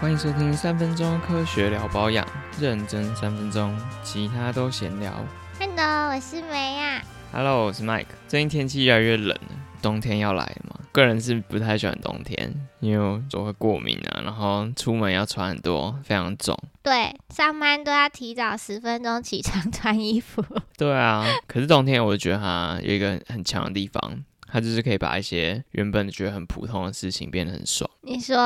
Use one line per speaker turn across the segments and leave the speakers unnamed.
欢迎收听三分钟科学聊保养，认真三分钟，其他都闲聊。
Hello，我是梅啊呀、
Hello，我是 Mike。最近天气越来越冷了，冬天要来了嘛。个人是不太喜欢冬天，因为我会过敏啊，然后出门要穿很多，非常重。
对，上班都要提早十分钟起床穿衣 服。
对啊，可是冬天我觉得它有一个很强的地方，它就是可以把一些原本觉得很普通的事情变得很爽。
你说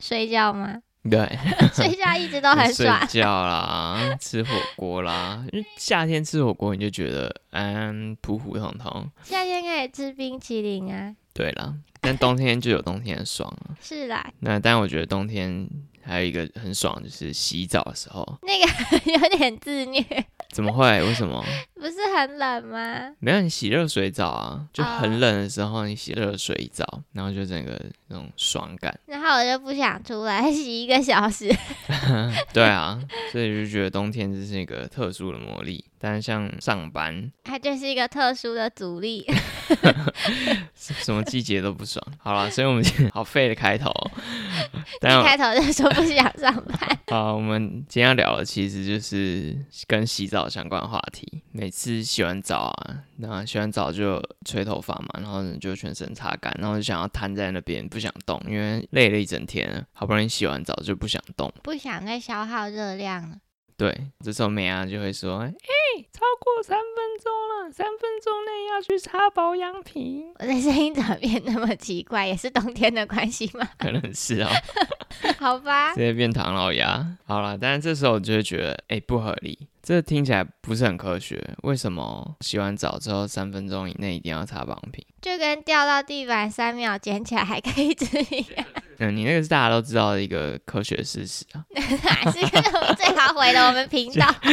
睡觉 吗？
对，
睡觉一直都 很
睡
爽。
觉啦，吃火锅啦，因为夏天吃火锅你就觉得嗯普普通通。
夏天可以吃冰淇淋啊。
对啦，但冬天就有冬天的爽啊。
是啦，
那但我觉得冬天还有一个很爽，就是洗澡的时候。
那个 有点自虐，
怎么会？为什么？
不是很冷吗？
没有你洗热水澡啊，就很冷的时候你洗热水澡，然后就整个那种爽感。
然后我就不想出来洗一个小 时。
对啊，所以就觉得冬天这是一个特殊的魔力。但是像上班，
它就是一个特殊的阻力。
什什么季节都不爽。好了，所以我们今天好废的开头哦、但
一开头就说不想上班，
好，我们今天要聊的其实就是跟洗澡相关的话题。每次洗完澡啊，那洗完澡就吹头发嘛，然后就全身擦干，然后就想要瘫在那边不想动，因为累了一整天了，好不容易洗完澡就不想动。
不想再消耗热量了。
对，这时候美亚就会说：“哎、超过三分钟了，三分钟内要去擦保养品。
我的声音怎么变那么奇怪？也是冬天的关系吗？”
可能是哦，
好吧
直，接变唐老鸭。好了，但是这时候我就会觉得，哎、不合理，这听起来不是很科学。为什么洗完澡之后三分钟以内一定要擦保养品？
就跟掉到地板三秒捡起来还可以吃一样，
嗯，你那个是大家都知道的一个科学事实啊，
哪 是个最好毁了我们频 道？太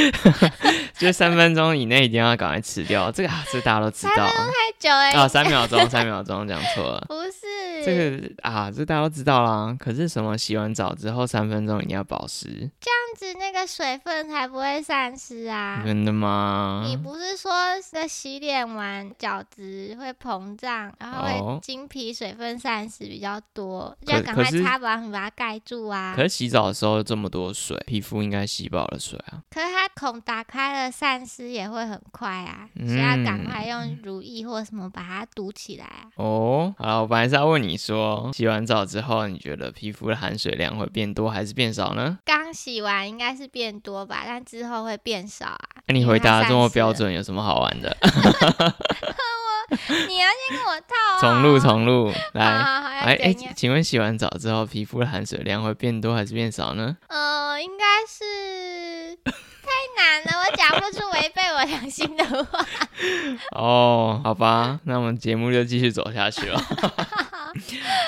就是三分钟以内一定要赶快吃掉。这个、啊、这大家都知道啊
久了，
啊，三秒钟，三秒钟讲错了。
不是
这个啊，这大家都知道啦。可是什么洗完澡之后三分钟一定要保湿，
这样子那个水分才不会散失啊。
真的吗？
你不是说那洗脸完角质会膨胀，然后
哦
会经皮水分散失比较多，
可
要赶快
可是
擦保养品把它盖住啊
可。是洗澡的时候这么多水，皮肤应该吸饱了水啊。
可是它孔打开了，散失也会很快啊，
嗯
所以要赶快用乳液或什么把它堵起来啊。
哦，好了，我本来是要问你说，洗完澡之后，你觉得皮肤的含水量会变多还是变少呢？
刚洗完应该是变多吧，但之后会变少 啊。
那、你
因为
回答
它
这么
散失了哦
标，准，有什么好玩 的？
你要先跟我套啊。
重录，重录，
好
来。
好好，要
哎哎，
怎样
请问洗完澡之后，皮肤的含水量会变多还是变少呢？
呃，应该 是太难了，我讲不出违背我良心的话。
哦，好吧，那我们节目就继续走下去了。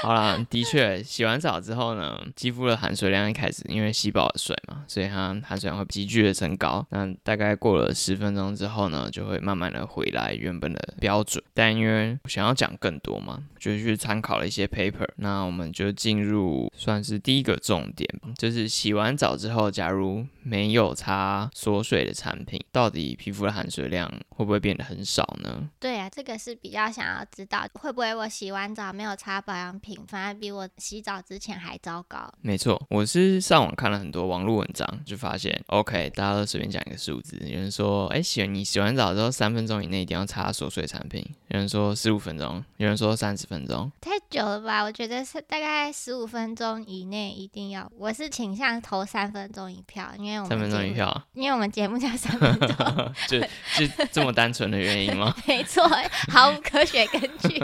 好啦，的确，洗完澡之后呢，肌肤的含水量一开始因为吸饱了水嘛，所以它含水量会急剧的升高。那大概过了十分钟之后呢，就会慢慢的回来原本的标准。但因为想要讲更多嘛，就去参考了一些 paper。那我们就进入算是第一个重点，就是洗完澡之后，假如没有擦锁水的产品，到底皮肤的含水量会不会变得很少呢？
对啊，这个是比较想要知道，会不会我洗完澡没有擦保养品，反而比我洗澡之前还糟糕？
没错，我是上网看了很多网络文章，就发现，OK，大家都随便讲一个数字，有人说，哎、洗完你洗完澡之后三分钟以内一定要擦锁水产品，有人说十五分钟，有人说三十分钟，
太久了吧？我觉得是大概十五分钟以内一定要，我是倾向投三分钟一票，因为我们
三分钟
节
一
目，
票，
因为我们节目叫三分钟。
就就这么单纯的原因吗？
没错，毫无科学根据。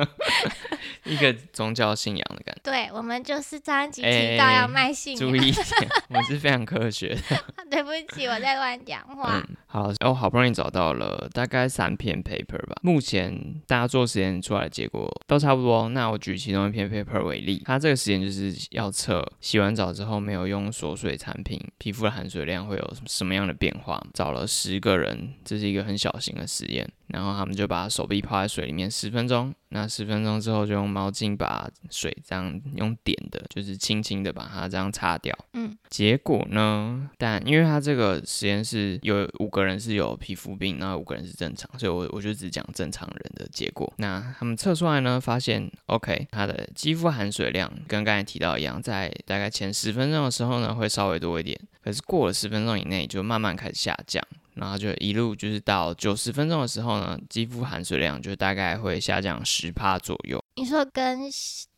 一个宗教信仰的感觉。
对，我们就是上一集
哎
提到要卖信仰。
注意一点，我们是非常科学的。
对不起，我在乱讲话。
嗯，好，我、好不容易找到了大概三篇 paper 吧。目前大家做实验出来的结果都差不多。哦那我举其中一篇 paper 为例，它这个实验就是要测洗完澡之后没有用锁水产品，皮肤的含水量会有什么样的变化。找了十个人，这是一个很小型的实验。然后他们就把手臂泡在水里面十分钟。那十分钟之后，就用毛巾把水这样用点的，就是轻轻的把它这样擦掉。
嗯，
结果呢？但因为他这个实验室有五个人是有皮肤病，那五个人是正常，所以我我就只讲正常人的结果。那他们测出来呢，发现 OK，他的肌肤含水量跟刚才提到一样，在大概前十分钟的时候呢，会稍微多一点，可是过了十分钟以内就慢慢开始下降。然后就一路就是到九十分钟的时候呢，肌肤含水量就大概会下降十帕左右，
你说跟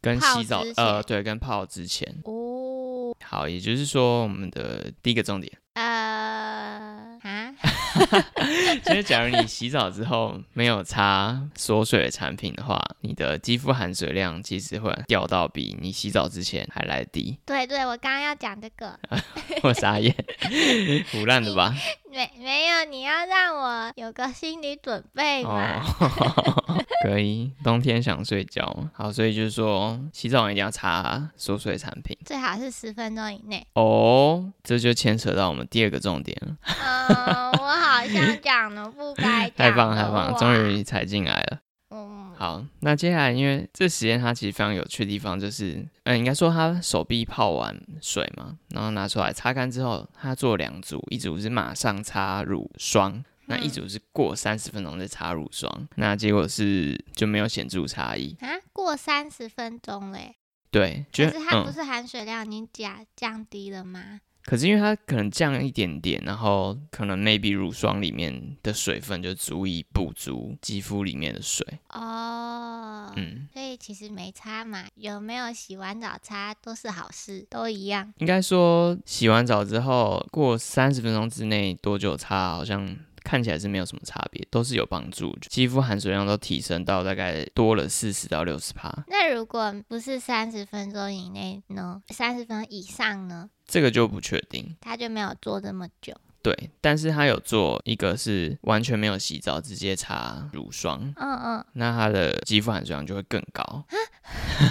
跟
泡
洗澡
之前
呃对，跟泡之前。
哦
好，也就是说我们的第一个重点，
呃啊，
就是假如你洗澡之后没有擦锁水的产品的话，你的肌肤含水量其实会掉到比你洗澡之前还来得低。
对对，我刚刚要讲这个，
我傻眼，胡乱的吧？
没没有，你要让我有个心理准备嘛。
哦， 可以，冬天想睡觉。好，所以就是说洗澡一定要擦锁水产品。
最好是十分钟以内。
哦，这就牵扯到我们第二个重点了。
嗯，我好像讲了不该讲
太
的
棒了，太棒了，
话
终于踩进来了。
嗯，
好，那接下来因为这实验它其实非常有趣的地方就是，嗯，应该说他手臂泡完水嘛，然后拿出来擦干之后，他做两组，一组是马上擦乳霜。那一
嗯
组是过三十分钟再擦乳霜，那结果是就没有显著差异。
啊，过三十分钟嘞，
对，就
可
是
它不
嗯，
是含水量已经降降低了吗？
可是因为它可能降一点点，然后可能 maybe 乳霜里面的水分就足以补足肌肤里面的水。
哦，
嗯，
所以其实没差嘛，有没有洗完澡擦都是好事，都一样。
应该说洗完澡之后过三十分钟之内多久擦，好像看起来是没有什么差别，都是有帮助，肌肤含水量都提升到大概多了四十到六十帕，
那如果不是三十分钟以内呢？三十分钟以上呢？
这个就不确定。
他就没有做这么久。
对，但是他有做一个是完全没有洗澡，直接擦乳霜，
嗯嗯，
那他的肌肤含水量就会更高，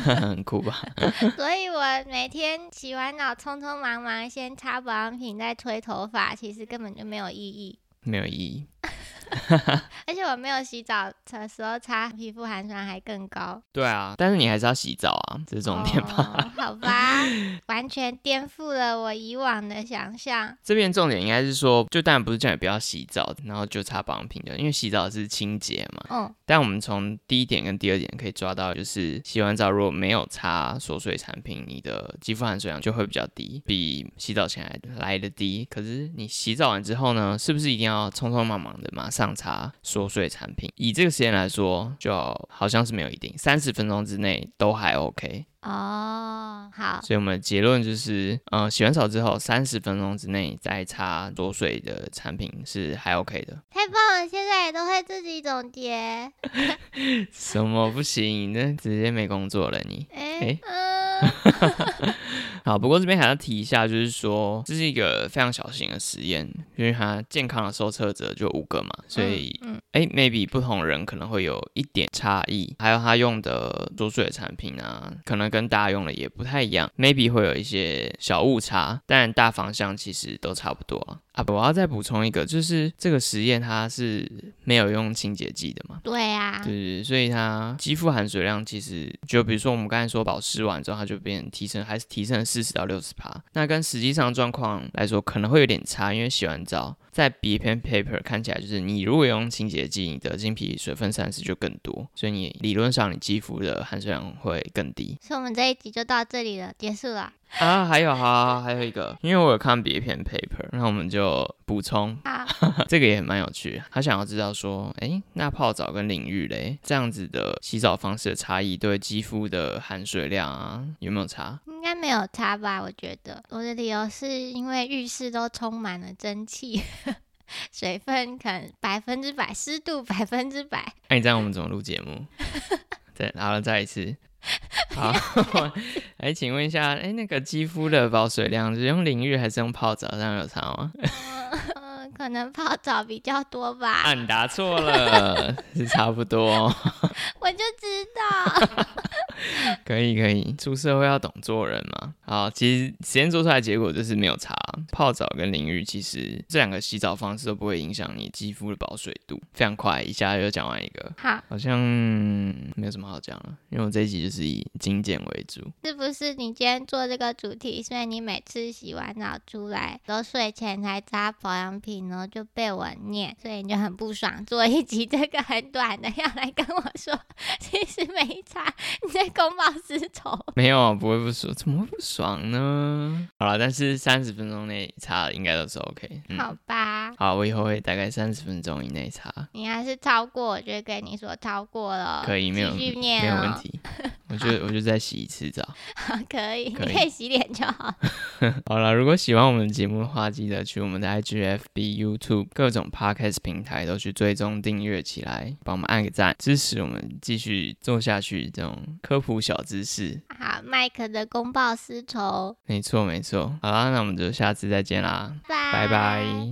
很酷吧？
所以我每天洗完澡匆匆忙忙先擦保养品，再吹头发，其实根本就没有意义。
没有意义。
而且我没有洗澡的时候擦皮肤含水量还更高。
对啊，但是你还是要洗澡啊，这是重点吧？
吧、好 吧，完全颠覆了我以往的想象。
这边重点应该是说，就当然不是叫你不要洗澡，然后就擦保养品就，因为洗澡是清洁嘛。
嗯，
但我们从第一点跟第二点可以抓到，就是洗完澡如果没有擦锁水产品，你的肌肤含水量就会比较低，比洗澡前来来的低。可是你洗澡完之后呢，是不是一定要匆匆忙忙的马上擦锁水产品？以这个时间来说，就好像是没有一定，三十分钟之内都还 OK。
哦，好，
所以我们的结论就是，呃，洗完澡之后三十分钟之内再擦多水的产品是还 OK 的。
太棒了！现在也都会自己总结。
什么不行？你那直接没工作了你。
哎
哎、
嗯，
好，不过这边还要提一下，就是说这是一个非常小型的实验，因为它健康的受测者就五个嘛， 所以
嗯，
哎、m a y b e 不同人可能会有一点差异，还有他用的多水的产品啊，可能跟大家用的也不太一样，maybe 会有一些小误差，但大方向其实都差不多啊。啊，我要再补充一个，就是这个实验它是没有用清洁剂的嘛，
对啊，
对对，对所以它肌肤含水量其实就比如说我们刚才说保湿完之后，它就变提升，还是提升了四十到六十帕。那跟实际上状况来说可能会有点差，因为洗完澡在别篇 paper 看起来就是你如果用清洁剂，你的经皮水分散失就更多，所以你理论上你肌肤的含水量会更低。
所以我们这一集就到这里了，结束了。
啊，还有哈，还有一个，因为我有看别篇 paper，那我们就补充
好，
这个也蛮有趣，他想要知道说，诶，那泡澡跟淋浴嘞，这样子的洗澡方式的差异对肌肤的含水量啊有没有差？
应该没有差吧？我觉得我的理由是因为浴室都充满了蒸汽。 水分可能百分之百，湿度百分之百，
那、哎你这样我们怎么录节目？对，好了，再一次。好， 哎，请问一下，哎，那个肌肤的保水量是用淋浴还是用泡澡？这样有差吗？
嗯，可能泡澡比较多吧。
啊，你哦答错了，是差不多。
我就知道，
可以可以，出社会要懂做人嘛。好，其实实验做出来的结果就是没有差。泡澡跟淋浴其实这两个洗澡方式都不会影响你肌肤的保水度，非常快，一下就讲完一个，
好，
好像没有什么好讲了，因为我这一集就是以精简为主。
是不是你今天做这个主题，所以你每次洗完澡出来都睡前才擦保养品，然后就被我念，所以你就很不爽。做一集这个很短的，要来跟我说，其实没擦，你在公报私仇。
没有，啊不会不爽，怎么会不爽呢？好了，但是三十分钟内擦了应该都是 OK。嗯，
好吧，
好，我以后会大概三十分钟以内擦，
你要是超过，我就跟你说超过了，
可以，没有
继续
没
念、
有
哦，
问 题。我就我就再洗一次澡。
好， 可以，
可以
你可以洗脸就好。
好了，如果喜欢我们的节目的话，记得去我们的 IG、FB、YouTube 各种 Podcast 平台都去追踪订阅起来，帮我们按个赞，支持我们继续做下去这种科普小知识。
好，麦克的公报私仇，
没错没错。好啦，那我们就下次再见啦，
拜
拜拜。